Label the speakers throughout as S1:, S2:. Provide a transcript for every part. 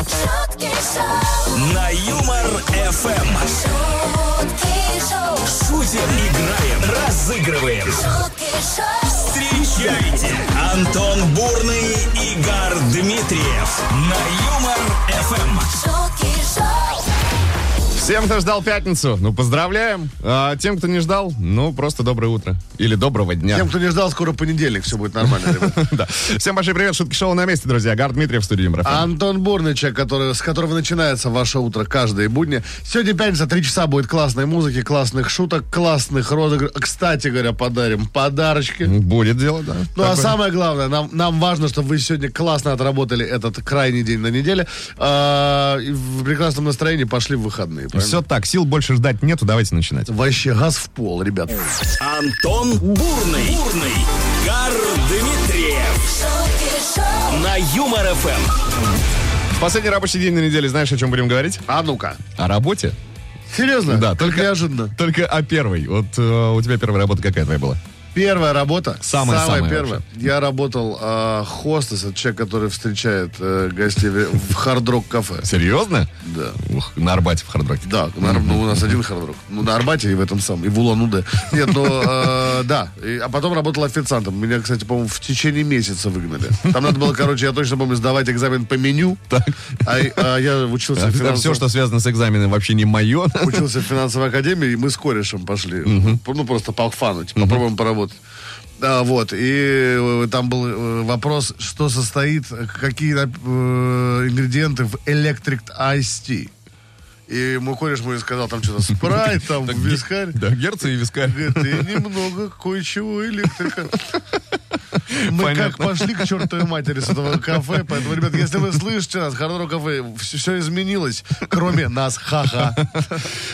S1: Шутки шоу,
S2: На Юмор ФМ
S1: шутки шоу,
S2: шутим, играем, разыгрываем.
S1: шутки шоу,
S2: Встречайте Антон Бурный, Игорь Дмитриев на Юмор Эм. ФМ.
S1: шутки шоу,
S3: Всем, кто ждал пятницу, ну, поздравляем. А тем, кто не ждал, ну, просто доброе утро. Или доброго дня.
S4: Тем, кто не ждал, скоро понедельник, все будет нормально, ребят.
S3: Да. Всем большой привет, шутки шоу на месте, друзья. Гар Дмитриев в студии Юмор ФМ.
S4: Антон Бурный, человек, который, с которого начинается ваше утро каждое будни. Сегодня пятница, три часа будет классной музыки, классных шуток, классных розыгрышей. Кстати говоря, подарим подарочки.
S3: Будет дело, да.
S4: Ну, а
S3: Такое.
S4: самое главное, нам, нам важно, чтобы вы сегодня классно отработали этот крайний день на неделе. а, и в прекрасном настроении пошли в выходные. правильно?
S3: Все так, сил больше ждать нету, давайте начинать.
S4: Вообще газ в пол, ребят.
S2: Антон Бурный, Бурный, Гар Дмитриев
S1: шутки шоу,
S2: на Юмор Эм. ФМ.
S3: В последний рабочий день на неделе, знаешь, о чем будем говорить?
S4: А ну-ка.
S3: О работе.
S4: Серьезно?
S3: Да,
S4: Как
S3: только-
S4: неожиданно.
S3: Только о первой. Вот э, у тебя первая работа какая твоя была?
S4: Первая работа.
S3: Самая-самая
S4: первая.
S3: вообще.
S4: Я работал э, хостес, это человек, который встречает э, гостей в, в хардрок кафе.
S3: Серьезно?
S4: Да.
S3: Ух, на Арбате в хардроке.
S4: Да, на Ар- ну, у нас один хардрок. Ну, на Арбате и в этом самом, и в Улан-Удэ. Нет, ну, э, да. И- а потом работал официантом. Меня, кстати, по-моему, в течение месяца выгали. Там надо было, короче, я точно помню, сдавать экзамен по меню.
S3: Так.
S4: А, и- а я учился в
S3: Все,
S4: финансовом-
S3: что связано с экзаменом, вообще не мое.
S4: учился в финансовой академии, и мы с корешем пошли. Ну, просто по фану, типа, попробуем поработать. Да, вот, и э, там был э, вопрос, что состоит, э, какие нап- э, ингредиенты в Electric Ice Tea. И мой кореш мой сказал, там что-то спрайт, там вискарь.
S3: Да, герцы и вискарь.
S4: Говорит, и немного кое-чего электрика. Мы как
S3: Понятно.
S4: пошли к чертовой матери с этого кафе, поэтому, ребят, если вы слышите нас, Хардро кафе, все, изменилось, кроме нас, ха-ха.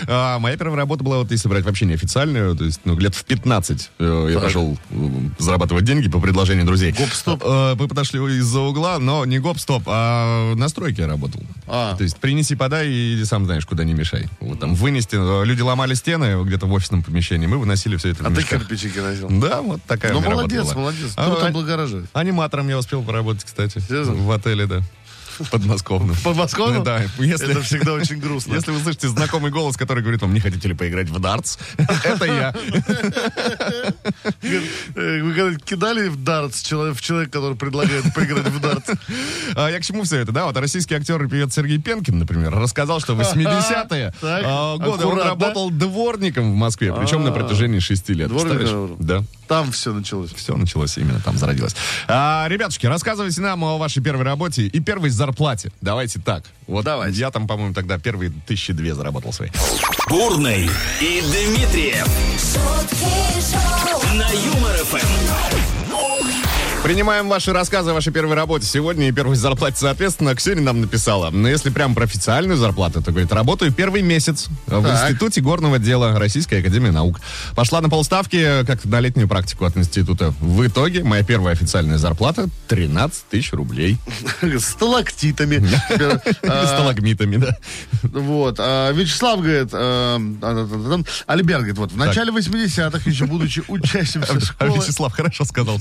S3: А, моя первая работа была, вот если брать вообще неофициальную, то есть, ну, лет в 15 э, я
S4: Так.
S3: пошел э, зарабатывать деньги по предложению друзей.
S4: Гоп-стоп.
S3: Э, мы подошли из-за угла, но не гоп-стоп, а на стройке я работал.
S4: А.
S3: То есть принеси, подай и иди сам знаешь, куда не мешай. Вот там вынести. э, Люди ломали стены где-то в офисном помещении, мы выносили все это в
S4: А ты
S3: мешках.
S4: кирпичики носил.
S3: Да, вот такая
S4: Ну,
S3: у меня
S4: молодец,
S3: работа была.
S4: молодец.
S3: А,
S4: Круто
S3: а-
S4: облагораживает.
S3: Аниматором я успел поработать, кстати.
S4: Серьезно?
S3: В отеле, да. В Подмосковном.
S4: В Подмосковном?
S3: Да. Если,
S4: Ну, Это всегда очень грустно.
S3: если вы слышите знакомый голос, который говорит вам, не хотите ли поиграть в дартс, это я.
S4: Э, Вы когда кидали в дартс чело- в человека, который предлагает поиграть в дартс?
S3: А Я к чему все это, да? Вот российский актер и певец Сергей Пенкин, например, рассказал, что в 80-е
S4: Так,
S3: а, годы он
S4: аккуратно.
S3: работал дворником в Москве, причем на
S4: А.
S3: протяжении шести лет.
S4: Дворником
S3: Представляешь?
S4: работал.
S3: Да.
S4: Там все началось.
S3: Все началось именно там, зародилось. А, ребятушки, рассказывайте нам о вашей первой работе и первой зарплате. Давайте так. Вот
S4: Давайте.
S3: Я там, по-моему, тогда первые тысячи две заработал свои.
S2: Бурный и Дмитриев
S1: шутки шоу,
S2: на Юмор Эм. ФМ.
S3: Принимаем ваши рассказы о вашей первой работе сегодня и первой зарплате, соответственно. Ксения нам написала. Но если прям про официальную зарплату, то, говорит, работаю первый месяц в
S4: Так.
S3: Институте горного дела Российской Академии Наук. Пошла на полставки как на летнюю практику от института. В итоге моя первая официальная зарплата 13 тысяч рублей.
S4: Сталактитами.
S3: Или
S4: А,
S3: Сталагмитами, да.
S4: Вот. а, Вячеслав говорит, эм, а, да, да, да, да. Альберт говорит, вот в начале 80-х, еще будучи учащимся
S3: А
S4: школы,
S3: Вячеслав хорошо сказал.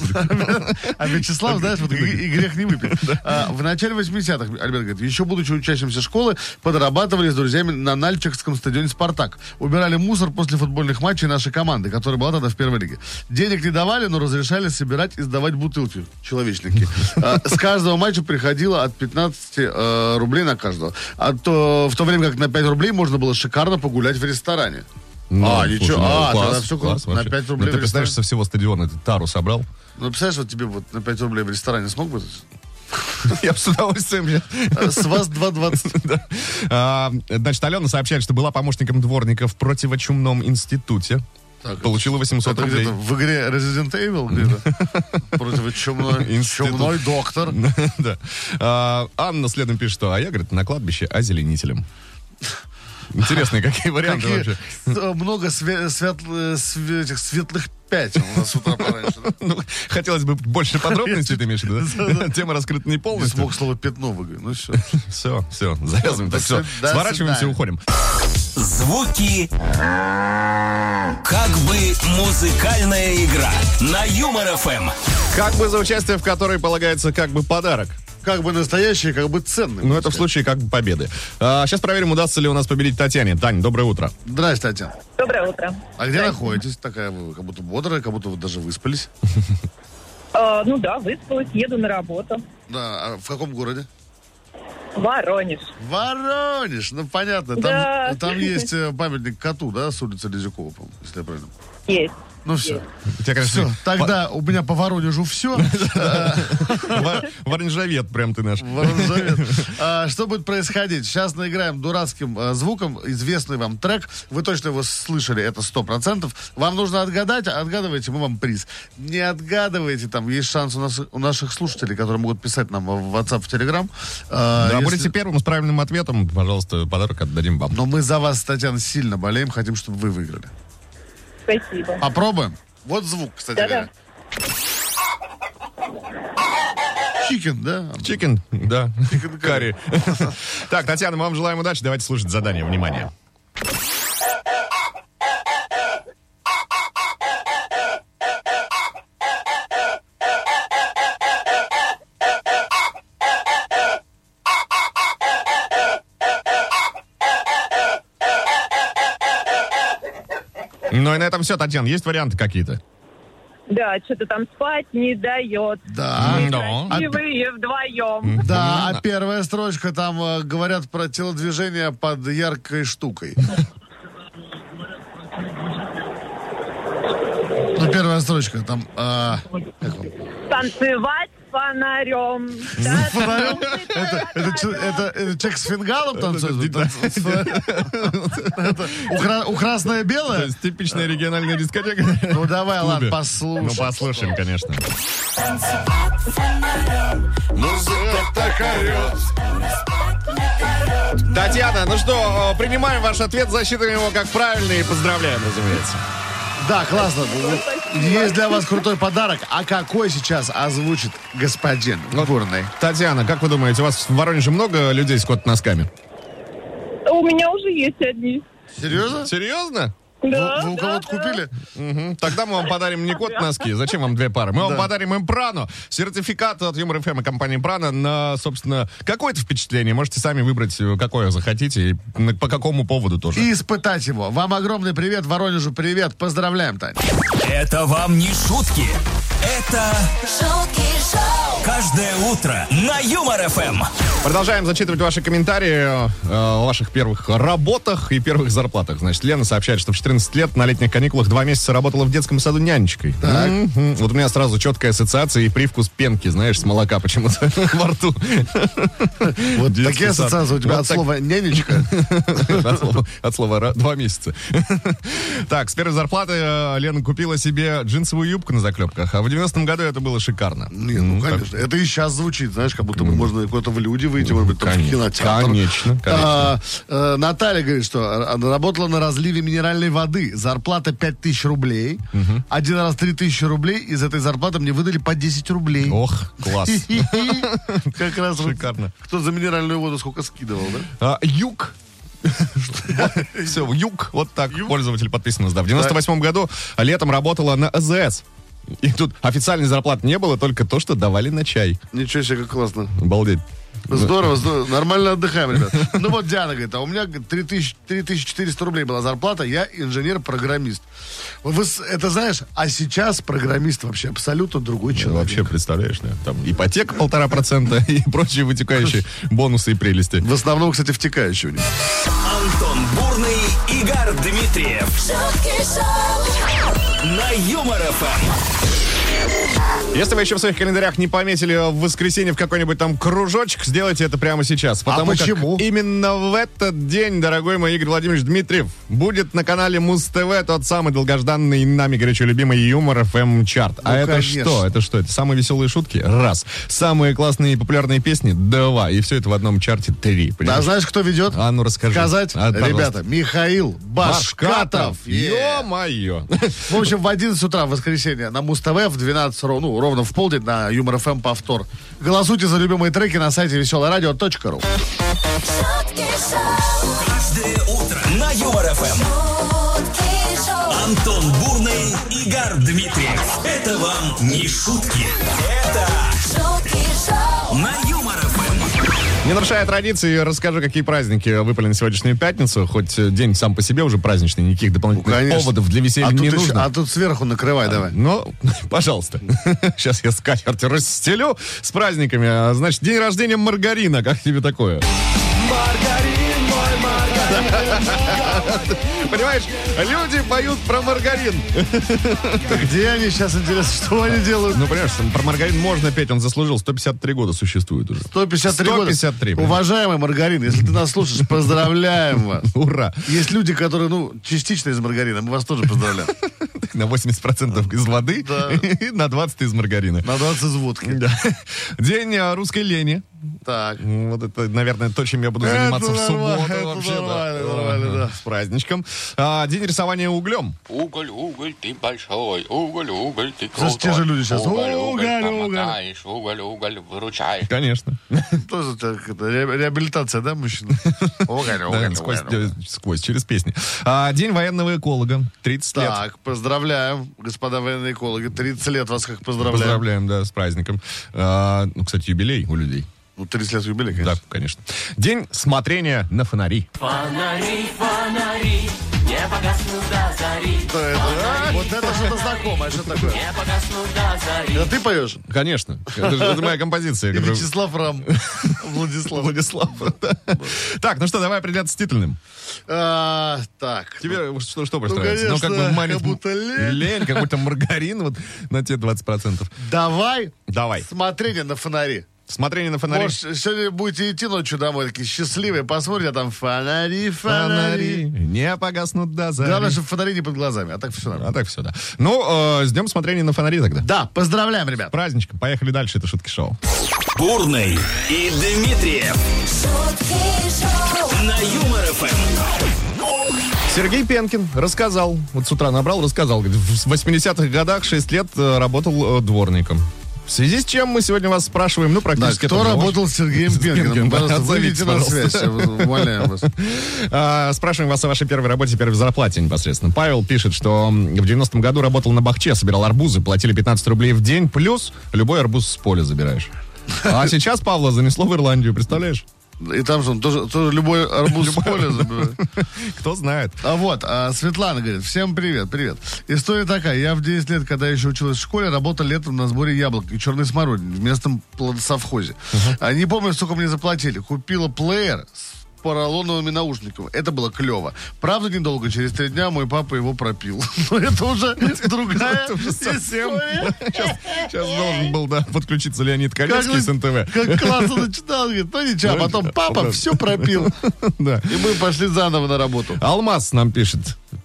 S4: А Вячеслав, знаешь, вот и, и грех не выпить. А, в начале 80-х, Альберт говорит, еще будучи учащимся школы, подрабатывали с друзьями на Нальчикском стадионе «Спартак». Убирали мусор после футбольных матчей нашей команды, которая была тогда в первой лиге. Денег не давали, но разрешали собирать и сдавать бутылки, человечники. А, с каждого матча приходило от 15 э, рублей на каждого. А то, в то время как на 5 рублей можно было шикарно погулять в ресторане.
S3: Ну,
S4: а,
S3: слушай,
S4: ничего,
S3: ну,
S4: а,
S3: класс,
S4: тогда все
S3: класс
S4: круто. На
S3: вообще.
S4: 5
S3: Ну,
S4: рублей
S3: Ты
S4: в
S3: представляешь,
S4: ресторане.
S3: со всего стадиона ты тару собрал?
S4: Ну, представляешь, вот тебе вот на 5 рублей в ресторане смог бы
S3: Я бы с удовольствием сейчас.
S4: Э, С вас 2.20.
S3: Да. А, Значит, Алена сообщает, что была помощником дворника в противочумном институте.
S4: Так,
S3: Получила 800
S4: Это
S3: рублей.
S4: где-то в игре Resident Evil где-то. Против чумной,
S3: Институт.
S4: чумной доктор.
S3: Да. А, Анна следом пишет, что а я, говорит, на кладбище озеленителем. Интересные какие варианты
S4: Какие
S3: вообще.
S4: с- э, много све- светл- э, све- этих светлых пятен у нас с утра пораньше. да?
S3: Ну, хотелось бы больше подробностей, ты имеешь в виду, да? Тема раскрыта не
S4: Не
S3: полностью.
S4: смог слово пятно выговорить. Ну все.
S3: Все, все, завязываем.
S4: До
S3: Так, все,
S4: свидания.
S3: сворачиваемся и уходим.
S2: Звуки. Как бы музыкальная игра на Юмор Эм. ФМ.
S3: Как бы за участие, в которой полагается как бы подарок.
S4: как бы настоящие, как бы ценные.
S3: Но Ну, это в случае как бы победы. А, сейчас проверим, удастся ли у нас победить Татьяне. Тань, доброе утро.
S4: Здрасте, Татьяна.
S5: Доброе утро.
S4: А где находитесь? Такая вы, как будто бодрая, как будто вы даже выспались.
S5: А, ну да, выспалась, еду на работу.
S4: Да, а в каком городе?
S5: Воронеж.
S4: Воронеж, ну понятно. Там,
S5: Да.
S4: там есть э, памятник коту, да, с улицы Лизюкова, по-моему, если я правильно.
S5: Есть.
S4: Ну все.
S3: Тебя, конечно,
S4: Все, тогда у меня по Воронежу все.
S3: Во- Воронежовед прям ты наш.
S4: А, Что будет происходить? Сейчас наиграем дурацким э, звуком известный вам трек. Вы точно его слышали, это 100%. Вам нужно отгадать, отгадывайте, мы вам приз. Не отгадывайте, там есть шанс у, нас, у наших слушателей, которые могут писать нам в WhatsApp, в Telegram.
S3: Да,
S4: Э, если-
S3: будете первым с правильным ответом, пожалуйста, подарок отдадим вам.
S4: Но мы за вас, Татьяна, сильно болеем, хотим, чтобы вы выиграли. А,
S5: Спасибо.
S4: Попробуем? Вот звук, кстати
S5: Да-да.
S4: говоря. Чикен, да?
S3: Чикен, да,
S4: Чикен карри.
S3: карри. Так, Татьяна, мы вам желаем удачи. Давайте слушать задание. Внимание. Ну и на этом все, Татьяна. Есть варианты какие-то?
S5: Да, что-то там спать не дает.
S4: Да.
S3: Да.
S5: Красивые вдвоем.
S4: Да, а первая строчка там э, говорят про телодвижение под яркой штукой. Ну, первая строчка там... э, как вам?
S5: Танцевать с фонарем. Да,
S4: Фонарем?
S5: танцуй,
S4: Это, это че- это- это человек с фингалом танцует?
S3: да.
S4: Это у кра- У
S3: То
S4: красное-белое?
S3: есть типичная региональная дискотека.
S4: Ну давай,
S3: клубе.
S4: ладно,
S3: Ну,
S4: послушай.
S3: послушаем, конечно.
S1: Танцевать с фонарем.
S3: Музыка так Татьяна, ну что, э, принимаем ваш ответ, засчитываем его как правильный и поздравляем, разумеется.
S4: Да, классно.
S5: спасибо.
S4: Есть для вас крутой подарок. А какой сейчас озвучит господин Бурный?
S3: Татьяна, как вы думаете, у вас в Воронеже много людей с кот-носками?
S5: да. У меня уже есть одни.
S4: Серьезно?
S3: Серьезно?
S5: Да,
S4: Вы у
S5: да,
S4: кого-то
S5: да.
S4: купили?
S3: Мгм. Тогда мы вам подарим не кот-носки. Зачем вам две пары? Мы вам подарим им Прану. Сертификат от Юмор ФМ и компании Прана на, собственно, какое-то впечатление. Можете сами выбрать, э, какое захотите и на- по какому поводу тоже.
S4: И испытать его. Вам огромный привет, Воронежу привет. Поздравляем, Тань.
S2: Это вам не шутки. Это
S1: Шутки шоу.
S2: каждое утро на Юмор ФМ.
S3: Продолжаем зачитывать ваши комментарии э, о ваших первых работах и первых зарплатах. Значит, Лена сообщает, что в 14 лет на летних каникулах два месяца работала в детском саду нянечкой. Мгм. Вот у меня сразу четкая ассоциация и привкус пенки, знаешь, с молока почему-то во рту.
S4: Вот
S3: Детский
S4: такие
S3: сад.
S4: ассоциации у тебя
S3: Вот
S4: от
S3: так.
S4: слова «нянечка».
S3: От слова- От слова ра- два месяца. Так, с первой зарплаты э, Лена купила себе джинсовую юбку на заклепках, а в 90-м году это было шикарно.
S4: Не, ну,
S3: так Ну.
S4: конечно. Это и сейчас звучит, знаешь, как будто бы можно куда-то в люди выйти, может быть, там в
S3: Конечно,
S4: кинотеатр.
S3: конечно,
S4: А, э, Наталья говорит, что р- она работала на разливе минеральной воды. Зарплата 5000 рублей. Один раз 3000 рублей. Из этой зарплаты мне выдали по 10 рублей.
S3: Ох, класс.
S4: Хи-хи. Как раз вот
S3: Шикарно.
S4: кто за минеральную воду сколько скидывал, да?
S3: А, Юг. Все, Юг, вот так пользователь подписан нас, да. В 98 году летом работала на АЗС. И тут официальной зарплаты не было, только то, что давали на чай.
S4: Ничего себе, как классно.
S3: Обалдеть.
S4: Здорово, здорово. Нормально отдыхаем, ребят. Ну вот Диана говорит, а у меня говорит, 3000 3400 рублей была зарплата, я инженер-программист. Вы с- это знаешь, а сейчас программист вообще абсолютно другой человек.
S3: Ну, Вообще, представляешь, да? Там ипотека полтора процента и прочие вытекающие бонусы и прелести.
S4: В основном, кстати, втекающий у них.
S2: Антон Бурный, Игорь Дмитриев
S1: Шутки шоу.
S2: на Юмор ФМ.
S3: Если вы еще в своих календарях не пометили в воскресенье в какой-нибудь там кружочек, сделайте это прямо сейчас. Потому как
S4: А почему?
S3: именно в этот день, дорогой мой Игорь Владимирович Дмитриев, будет на канале Муз-ТВ тот самый долгожданный нами горячо любимый юмор FM чарт. а это
S4: Ну, конечно.
S3: что? Это что? Это самые веселые шутки? Раз. Самые классные и популярные песни? Два. И все это в одном чарте? Три.
S4: А
S3: Понимаешь?
S4: знаешь, кто ведет?
S3: А ну расскажи.
S4: Сказать,
S3: А, пожалуйста.
S4: ребята, Михаил Башкатов. Е.
S3: Ё-моё.
S4: В общем, в 11 утра в воскресенье на Муз-ТВ, в 12, ров- ну, ровно в полдень на Юмор-ФМ повтор. Голосуйте за любимые треки на сайте веселорадио.ру.
S1: Шутки шоу.
S2: Каждое утро на Юмор ФМ.
S1: Шутки шоу.
S2: Антон Бурный, Игорь Дмитриев. Это вам не шутки. Это
S1: Шутки шоу.
S2: На Юмор ФМ.
S3: Не нарушая традиции, расскажу, какие праздники выпали на сегодняшнюю пятницу. Хоть э, день сам по себе уже праздничный, никаких дополнительных
S4: Конечно.
S3: поводов для веселья
S4: а тут
S3: не
S4: еще-
S3: нужно.
S4: а тут сверху накрывай давай.
S3: Ну, пожалуйста. Сейчас я скатерть расстелю с праздниками. А, Значит, день рождения маргарина. Как тебе такое? Понимаешь, люди поют про маргарин.
S4: Где они сейчас, интересно, что они делают?
S3: Ну, понимаешь, там про маргарин можно петь, он заслужил. 153 года существует уже.
S4: 153 года.
S3: 153, блин.
S4: Уважаемый Маргарин, если ты нас слушаешь, поздравляем вас.
S3: Ура!
S4: Есть люди, которые, ну, частично из маргарина. Мы вас тоже поздравляем.
S3: На 80% из воды
S4: Да.
S3: и на 20% из маргарина.
S4: На 20 из водки.
S3: Да. День э, русской лени.
S4: Так.
S3: Ну, Вот это, наверное, то, чем я буду заниматься в
S4: Это
S3: субботу.
S4: нормально, это
S3: вообще,
S4: нормально,
S3: да.
S4: нормально,
S3: Ага,
S4: да.
S3: С праздничком. А, день рисования углем.
S6: Уголь, уголь, ты большой, уголь, уголь, ты крутой.
S4: Слушай, те же люди щас,
S6: Уголь,
S4: «Уголь,
S6: уголь,
S4: уголь».
S6: помогаешь, уголь, уголь, выручаешь.
S3: Конечно.
S4: Тоже так, это, ре- реабилитация, да, мужчина? Уголь,
S3: Да,
S4: уголь,
S3: сквозь,
S4: уголь.
S3: э, сквозь, через песни. А, день военного эколога. 30 лет.
S4: Так, поздравляем, господа военные экологи. 30 лет вас как поздравляем.
S3: Поздравляем, да, с праздником. А, ну, кстати, юбилей у людей.
S4: Ну, 30 лет юбилей,
S3: Да,
S4: конечно.
S3: конечно. День смотрения на фонари.
S4: Что это? А? Вот это что-то знакомое, что такое? Это ты поешь?
S3: Конечно. Это же это моя композиция.
S4: И
S3: которую-
S4: Вячеслав Рам. Владислав.
S3: Владислав. да. Так, ну что, давай определяться с титульным.
S4: А, Так.
S3: Тебе что, что
S4: Ну,
S3: больше нравится?
S4: конечно,
S3: как бы манит
S4: как будто лень.
S3: лень, как будто маргарин вот на те 20%.
S4: Давай
S3: Давай.
S4: смотрение на фонари.
S3: Смотрение на фонари.
S4: Может, сегодня будете идти ночью домой, такие счастливые, посмотрите, а там фонари,
S3: Фонари
S4: фонари.
S3: не погаснут до зари.
S4: Главное, чтобы фонари не под глазами, а так все
S3: А
S4: нормально.
S3: так все, да. Ну, э, с днем смотрения на фонари тогда.
S4: Да, поздравляем, ребят.
S3: Праздничком. Поехали дальше. Это шутки шоу.
S2: Бурный и Дмитриев
S1: шутки шоу,
S2: на Юмор ФМ.
S3: Сергей Пенкин рассказал. Вот с утра набрал, рассказал. Говорит, в 80-х годах 6 лет э, работал э, дворником. В связи с чем мы сегодня вас спрашиваем, ну,
S4: Да,
S3: практически...
S4: кто
S3: это уже
S4: работал с Сергеем
S3: С Пенкиным,
S4: Пенкиным?
S3: да,
S4: Пожалуйста,
S3: отзовитесь,
S4: выйдите на связь,
S3: пожалуйста.
S4: я вас умоляю вас.
S3: А, Спрашиваем вас о вашей первой работе, первой зарплате непосредственно. Павел пишет, что м, в 90-м году работал на Бахче, собирал арбузы, платили 15 рублей в день, плюс любой арбуз с поля забираешь. А сейчас Павла занесло в Ирландию, представляешь?
S4: И там же он тоже, тоже любой арбуз с поля забивает.
S3: Кто знает.
S4: А вот, а, Светлана говорит, всем привет, привет. История такая, я в 10 лет, когда еще училась в школе, работал летом на сборе яблок и черной смородины в местном плодосовхозе. А, не помню, сколько мне заплатили. Купила плеер с поролоновыми наушниками. Это было клево. Правда, недолго, через три дня мой папа его пропил. Но это уже другая
S3: Это уже совсем.
S4: история.
S3: Сейчас должен был да, подключиться Леонид
S4: Как
S3: Корецкий с НТВ.
S4: как классно начинал, говорит, ну ничего, а потом папа все пропил.
S3: Да.
S4: И мы пошли заново на работу.
S3: Алмаз нам пишет.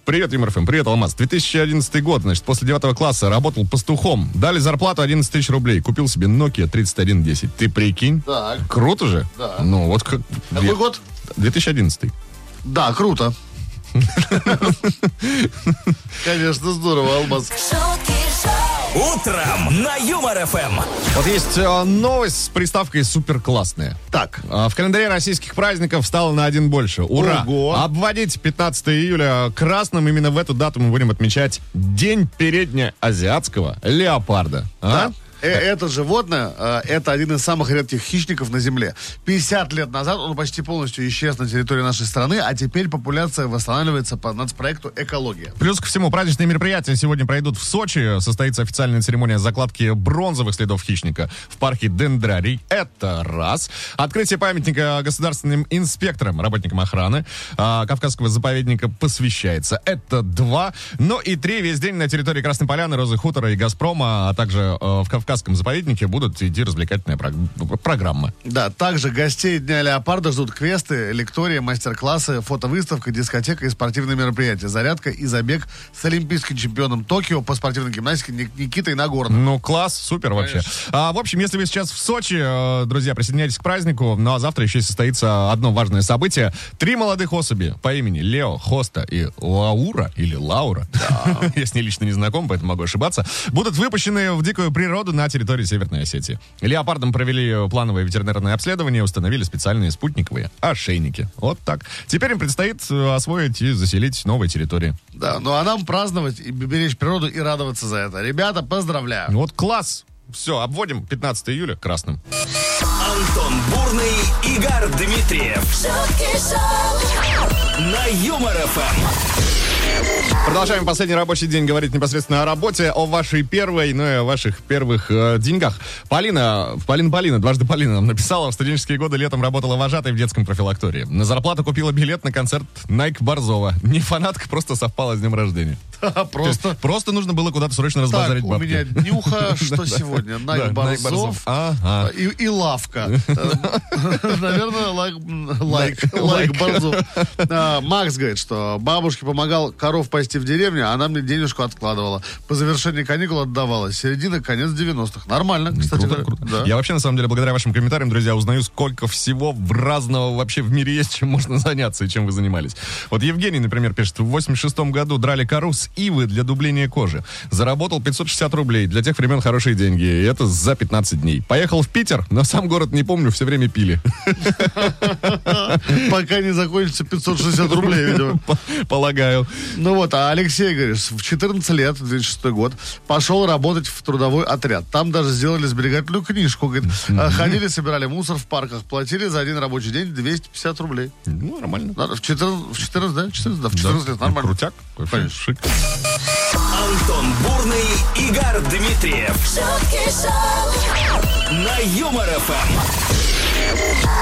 S3: Привет, Юморфм. Привет, Алмаз. 2011 год, значит, после 9 класса работал пастухом. Дали зарплату 11 тысяч рублей. Купил себе Nokia 3110. Ты прикинь?
S4: Так.
S3: Круто же?
S4: Да.
S3: Ну, вот как...
S4: Какой год?
S3: 2011.
S4: Да, круто. Конечно, здорово, Алмаз.
S1: шутки шоу,
S2: Утром на Юмор ФМ.
S3: Вот есть э, новость с приставкой «супер классная».
S4: Так,
S3: А, В календаре российских праздников стало на один больше. Ура!
S4: Ого!
S3: Обводить 15 июля красным. Именно в эту дату мы будем отмечать День переднеазиатского леопарда. А?
S4: да? Э, Это животное, э, это один из самых редких хищников на Земле. 50 лет назад он почти полностью исчез на территории нашей страны, а теперь популяция восстанавливается по нацпроекту «Экология».
S3: Плюс ко всему, праздничные мероприятия сегодня пройдут в Сочи. Состоится официальная церемония закладки бронзовых следов хищника в парке Дендрарий. Это раз. Открытие памятника государственным инспекторам, работникам охраны а, Кавказского заповедника посвящается. Это два. Ну и три. Весь день на территории Красной Поляны, Розы Хутора и Газпрома, а также э, в Кавказском заповеднике будут идти развлекательные прог- программы.
S4: Да, также гостей Дня Леопарда ждут квесты, лектории, мастер-классы, фотовыставка, дискотека и спортивные мероприятия. Зарядка и забег с олимпийским чемпионом Токио по спортивной гимнастике Ник- Никитой Нагорным.
S3: Ну, класс, супер вообще. А, в общем, если вы сейчас в Сочи, э, друзья, присоединяйтесь к празднику. Ну а завтра еще и состоится одно важное событие. Три молодых особи по имени Лео, Хоста и Лаура, или Лаура, я с ней лично не знаком, поэтому могу ошибаться, будут выпущены в дикую природу на территории Северной Осетии. Леопардам провели плановое ветеринарное обследование, установили специальные спутниковые ошейники. Вот так. Теперь им предстоит э, освоить и заселить новые территории.
S4: Да, ну а нам праздновать и беречь природу и радоваться
S3: Ну,
S4: за это. Ребята, поздравляю.
S3: Вот класс! Все, обводим 15 июля красным.
S2: Антон Бурный, Игорь Дмитриев
S1: шутки шоу,
S2: на Юмор ФМ.
S3: Продолжаем последний рабочий день говорить непосредственно о работе, о вашей первой, ну и о ваших первых э, деньгах. Полина, Полина Полина, дважды Полина нам написала, в студенческие годы летом работала вожатой в детском профилактории. На зарплату купила билет на концерт Найк Борзова. Не фанатка, просто совпала с днем рождения. То есть
S4: Просто...
S3: Просто нужно было куда-то срочно
S4: Так,
S3: разбазарить
S4: у
S3: бабки.
S4: меня днюха,
S3: Да,
S4: что
S3: да.
S4: сегодня?
S3: Да,
S4: Найк
S3: Найк Борзов.
S4: Борзов.
S3: Ага.
S4: И, и лавка. Наверное, лайк, лайк, лайк Борзов. А, Макс говорит, что бабушке помогал коров пасти в деревне, она мне денежку откладывала. По завершении каникул отдавала. Середина, конец 90-х. Нормально, кстати.
S3: Ну, Круто,
S4: говоря.
S3: круто.
S4: Да.
S3: Я вообще, на самом деле, благодаря вашим комментариям, друзья, узнаю, сколько всего в разного вообще в мире есть, чем можно заняться и чем вы занимались. Вот Евгений, например, пишет, в 86 году драли кору с ивы для дубления кожи. Заработал 560 рублей. Для тех времен хорошие деньги. И это за 15 дней. Поехал в Питер, но сам город не помню, все время пили.
S4: Пока не закончится 560 рублей, видимо.
S3: Полагаю.
S4: Ну вот, а Алексей, говоришь, в 14 лет, 2006 год, пошел работать в трудовой отряд. Там даже сделали сберегательную книжку. Говорит, а, ходили, собирали мусор в парках, платили за один рабочий день 250 рублей.
S3: Ну, нормально.
S4: Надо В 14, в 14 да? 14, да, в 14 лет,
S3: Да.
S4: нормально.
S3: Крутяк. Вообще
S4: Конечно.
S3: Шик.
S2: Антон Бурный, Игорь Дмитриев
S1: шутки шоу,
S2: на Юмор ФМ.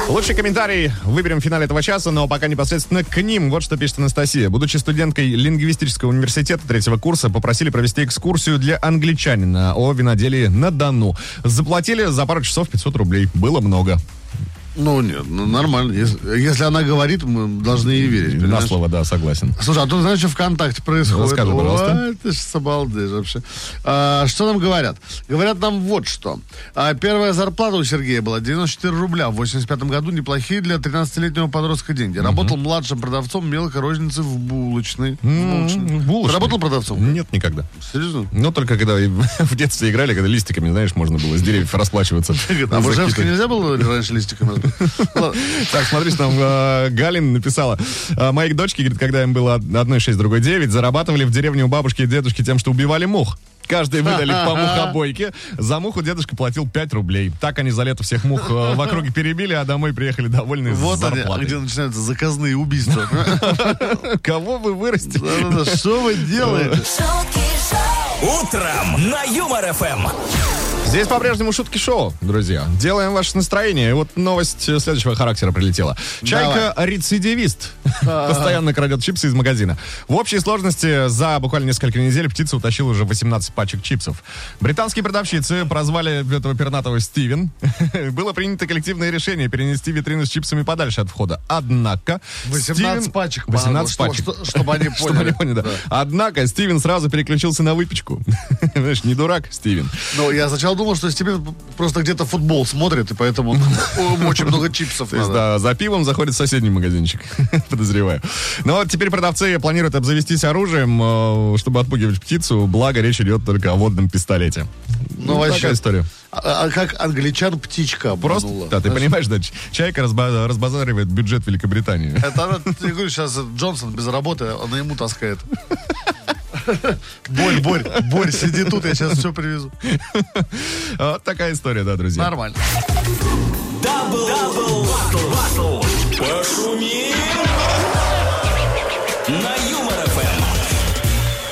S3: Лучший комментарий выберем в финале этого часа, но пока непосредственно к ним. Вот что пишет Анастасия. Будучи студенткой лингвистического университета третьего курса, попросили провести экскурсию для англичанина о виноделии на Дону. Заплатили за пару часов 500 рублей. Было много.
S4: Ну нет, ну, нормально. Если, если она говорит, мы должны ей верить.
S3: На
S4: понимаешь?
S3: слово, да, согласен.
S4: Слушай, а тут, знаешь, что ВКонтакте происходит?
S3: Расскажи, пожалуйста.
S4: Ой, ты ж собалдеешь вообще. А, что нам говорят? Говорят нам вот что. А, первая зарплата у Сергея была 94 рубля в 85 году. Неплохие для 13-летнего подростка деньги. Работал младшим продавцом мелкой розницы в булочной. В булочной.
S3: булочной.
S4: Работал продавцом?
S3: Нет, никогда.
S4: Серьезно?
S3: Ну, только когда в детстве играли, когда листиками, знаешь, можно было с деревьев расплачиваться.
S4: А в
S3: За
S4: Ижевске
S3: какие-то
S4: нельзя было раньше листиками? Ладно.
S3: Так, смотри, что нам э, Галин написала. Э, моей дочке, говорит, когда им было 1,6, другой 9, зарабатывали в деревне у бабушки и дедушки тем, что убивали мух. Каждый выдали по мухобойке. За муху дедушка платил 5 рублей. Так они за лето всех мух э, в округе перебили, а домой приехали довольные вот
S4: Вот они, а
S3: зарплатой.
S4: где начинаются заказные убийства.
S3: Кого вы вырастили?
S4: Да-да-да, Что вы делаете?
S1: шутки шоу,
S2: Утром на Юмор ФМ.
S3: Здесь по-прежнему шутки шоу, друзья. Делаем ваше настроение. И вот новость э, следующего характера прилетела. Чайка-рецидивист постоянно крадет чипсы из магазина. В общей сложности за буквально несколько недель птица утащила уже 18 пачек чипсов. Британские продавщицы прозвали этого пернатого Стивен. Было принято коллективное решение перенести витрину с чипсами подальше от входа. Однако...
S4: 18
S3: Стивен-
S4: пачек.
S3: 18
S4: Павел,
S3: пачек.
S4: что- что- Чтобы они
S3: Чтобы они поняли,
S4: поняли.
S3: да. Однако Стивен сразу переключился на выпечку. Знаешь, не дурак Стивен.
S4: Ну, я сначала думал, что Степен просто где-то футбол смотрит, и поэтому ему очень много чипсов
S3: То есть,
S4: надо.
S3: Ну да, за пивом заходит в соседний магазинчик, подозреваю. Но вот теперь продавцы планируют обзавестись оружием, э, чтобы отпугивать птицу, благо речь идет только о водном пистолете.
S4: Ну, вообще.
S3: такая история.
S4: А а как англичан птичка
S3: Просто,
S4: обманула.
S3: да, ты понимаешь, да, ч- чайка разба- разбазаривает бюджет Великобритании.
S4: Это она, я говорю, сейчас Джонсон без работы, она ему таскает. Борь, Борь, Борь, сиди тут, я сейчас все привезу.
S3: Вот такая история, да, друзья.
S4: Нормально.
S2: Дабл, дабл, батл, батл. Пошумим. На Юмор ФМ.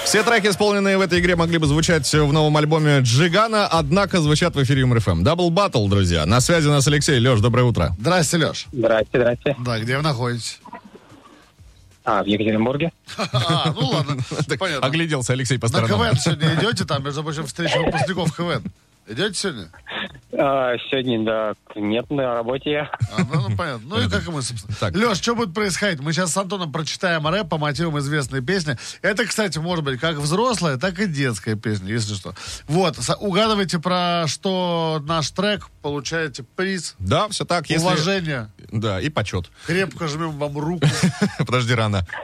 S3: Все треки, исполненные в этой игре, могли бы звучать в новом альбоме Джигана, однако звучат в эфире МРФМ. Дабл Баттл, друзья. На связи у нас Алексей. Леш, доброе утро.
S4: Здрасте, Леш.
S7: Здрасте, здрасте.
S4: Да, где вы находитесь?
S7: А, в Екатеринбурге?
S4: А, ну ладно,
S3: Так,
S4: понятно.
S3: Огляделся Алексей по
S4: На
S3: сторонам.
S4: КВН сегодня идете? Там, между прочим, встреча выпускников КВН. Идете сегодня?
S7: А, сегодня, да, нет, на работе я.
S4: А, ну, ну, понятно. Ну и как и мы, собственно.
S3: Так.
S4: Леш, что будет происходить? Мы сейчас с Антоном прочитаем рэп по мотивам известной песни. Это, кстати, может быть как взрослая, так и детская песня, если что. Вот, со- угадывайте про что наш трек, получаете приз,
S3: Да, все так. Если...
S4: уважение.
S3: Да, и почет.
S4: Крепко жмем вам руку.
S3: Подожди, рано.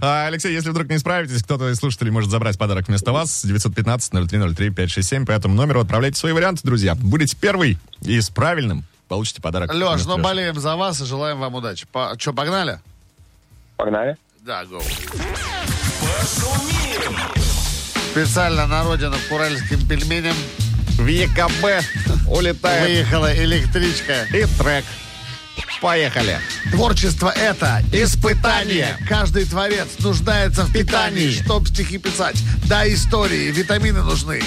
S3: А, Алексей, если вдруг не справитесь, кто-то из слушателей может забрать подарок вместо вас. 915-0303-567. По этому номеру отправляйте свои варианты, друзья. Будете первый и с правильным получите подарок.
S4: Леш,
S3: вместо
S4: ну
S3: Лёши.
S4: болеем за вас и желаем вам удачи. По... Че, погнали?
S7: Погнали.
S4: Да, гоу. Специально на родину к уральским пельменям
S3: В ЕКБ. улетает
S4: Выехала электричка.
S3: и трек. Поехали.
S4: Творчество — это испытание. Каждый творец нуждается в питании,
S3: Питании.
S4: чтоб стихи писать. Да, истории, витамины нужны.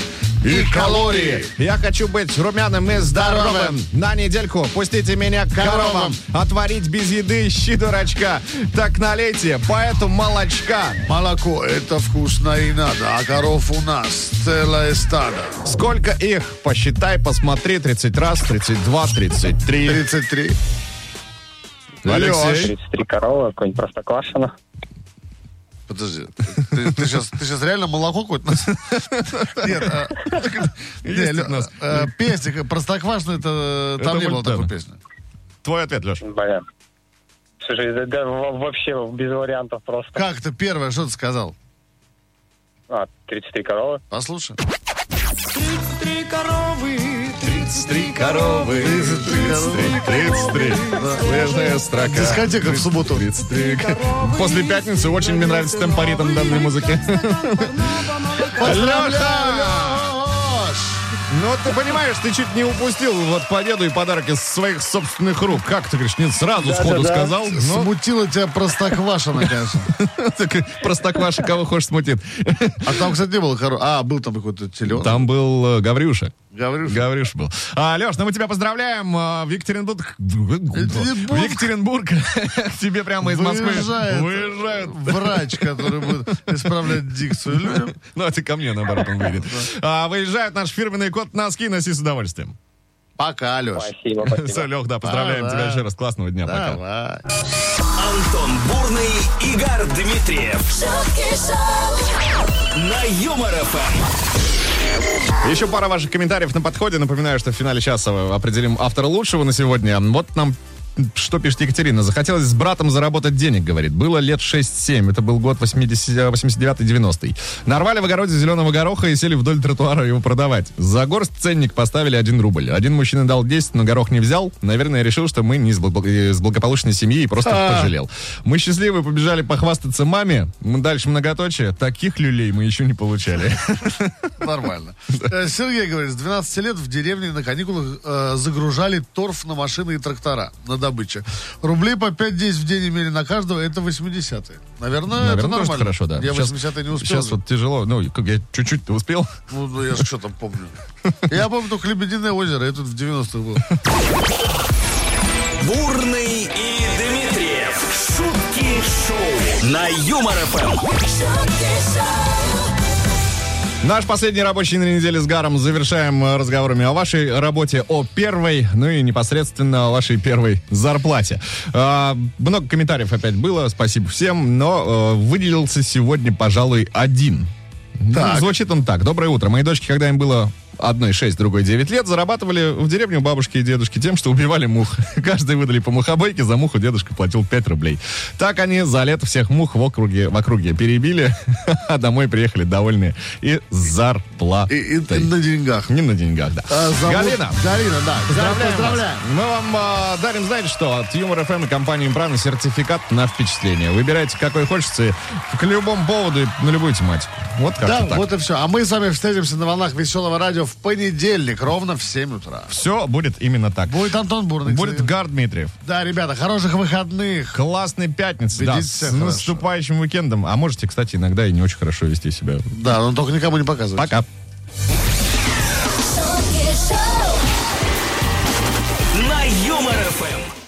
S4: И калории.
S3: Я хочу быть румяным и здоровым.
S4: Здоровым.
S3: На недельку пустите меня к коровам.
S4: Коровам.
S3: Отварить без еды щи дурачка. Так налейте поэту молочка.
S4: Молоко — это вкусно и надо, а коров у нас целое стадо.
S3: Сколько их? Посчитай, посмотри. 30 раз, 32, 33.
S4: 33.
S3: Алексей.
S7: 33 коровы, какой-нибудь простоквашино.
S4: Подожди, ты, сейчас, реально молоко какое-то нас... Нет, а, не,
S3: Есть
S4: Лё-
S3: у нас.
S4: а, песня «Простоквашино» это... Там
S3: Это
S4: не было
S3: мультяна.
S4: такой песни.
S3: Твой ответ, Леша.
S7: Блин. Слушай, да, да во- вообще без вариантов просто.
S4: Как ты первое, что ты сказал?
S7: А, 33 коровы.
S4: Послушай.
S2: 33 коровы,
S3: 33 коровы. 33. Нежная строка.
S4: Дискотека в субботу.
S3: 33. После пятницы очень мне нравится темпоритм данной музыки. Леша! Ну, ты понимаешь, ты чуть не упустил вот победу и подарок из своих собственных рук. Как ты, говоришь, нет, сразу сходу сказал? Ну,
S4: Смутила тебя простоквашина, конечно.
S3: так простокваша кого хочешь смутит.
S4: А там, кстати, не было хоро... А, был там какой-то телен.
S3: Там был э, Гаврюша.
S4: Говорю, что-
S3: Гаврюш был. А, Леш, ну мы тебя поздравляем. а, В Екатеринбург...
S4: Екатеринбург.
S3: В Екатеринбург к тебе прямо из Москвы
S4: Выезжает
S3: выезжает.
S4: врач, который будет исправлять дикцию людям.
S3: Ну, а ты ко мне, наоборот, он выйдет. А, Выезжает наш фирменный кот носки, носи с удовольствием.
S4: Пока, Алеш.
S7: Спасибо,
S3: Все,
S7: спасибо.
S3: Лех,
S4: А,
S3: да, поздравляем
S4: Давай.
S3: тебя еще раз. Классного дня, пока.
S4: Давай.
S2: Антон Бурный, Игорь Дмитриев
S1: шутки шоу,
S2: на Юмор ФМ.
S3: Еще пара ваших комментариев на подходе. Напоминаю, что в финале часа определим автора лучшего на сегодня. Вот нам что пишет Екатерина. Захотелось с братом заработать денег, говорит. Было лет 6-7. Это был год 80 89-90. Нарвали в огороде зеленого гороха и сели вдоль тротуара его продавать. За горсть ценник поставили 1 рубль. Один мужчина дал 10, но горох не взял. Наверное, решил, что мы не из, благо- из благополучной семьи и просто пожалел. Мы счастливы побежали похвастаться маме. Мы дальше многоточие. Таких люлей мы еще не получали.
S4: Нормально. Э, Сергей говорит, с 12 лет в деревне на каникулах э, загружали торф на машины и трактора на добыче. Рублей по 5-10 в день имели на каждого, это 80-е. Наверное, Ну, это
S3: Наверное, тоже
S4: нормально.
S3: хорошо, да.
S4: Я
S3: Щас-
S4: 80-е не успел.
S3: Сейчас вот тяжело. Ну, как я чуть-чуть успел.
S4: Ну, да я же что там помню. Я помню только Лебединое озеро, я тут в 90-х был.
S2: Бурный и Дмитриев. Шутки шоу на Юмор ФМ.
S1: шутки шоу,
S3: Наш последний рабочий на неделе с Гаром завершаем э, разговорами о вашей работе, о первой, ну и непосредственно о вашей первой зарплате. А, много комментариев опять было, спасибо всем, но э, выделился сегодня, пожалуй, один. Ну,
S4: Так.
S3: звучит он так. Доброе утро. Мои дочки, когда им было одной 6, другой 9 лет, зарабатывали в деревне у бабушки и дедушки тем, что убивали мух. Каждый выдали по мухобойке, за муху дедушка платил 5 рублей. Так они за лето всех мух в округе, в округе перебили, а домой приехали довольные и с
S4: И,
S3: зарплатой.
S4: и- и на деньгах.
S3: Не на деньгах, да.
S4: А, зовут-
S3: Галина,
S4: Галина, да.
S3: поздравляем
S4: Поздравляем.
S3: вас. Мы вам а, дарим, знаете что, от Юмор ФМ и компании Импрана сертификат на впечатление. Выбирайте, какой хочется, и к любому поводу и на любую тематику. Вот как-то
S4: Да,
S3: так.
S4: вот и все. А мы с вами встретимся на волнах веселого радио в понедельник, ровно в 7 утра.
S3: Все будет именно так.
S4: Будет Антон Бурный.
S3: Будет
S4: кстати.
S3: Гар Дмитриев.
S4: Да, ребята, хороших выходных.
S3: Классной пятницы, да,
S4: Ведите
S3: с
S4: себя хорошо.
S3: наступающим уикендом. А можете, кстати, иногда и не очень хорошо вести себя.
S4: Да, но только никому не показывайте.
S3: Пока.
S1: шутки шоу.
S2: На Юмор ФМ.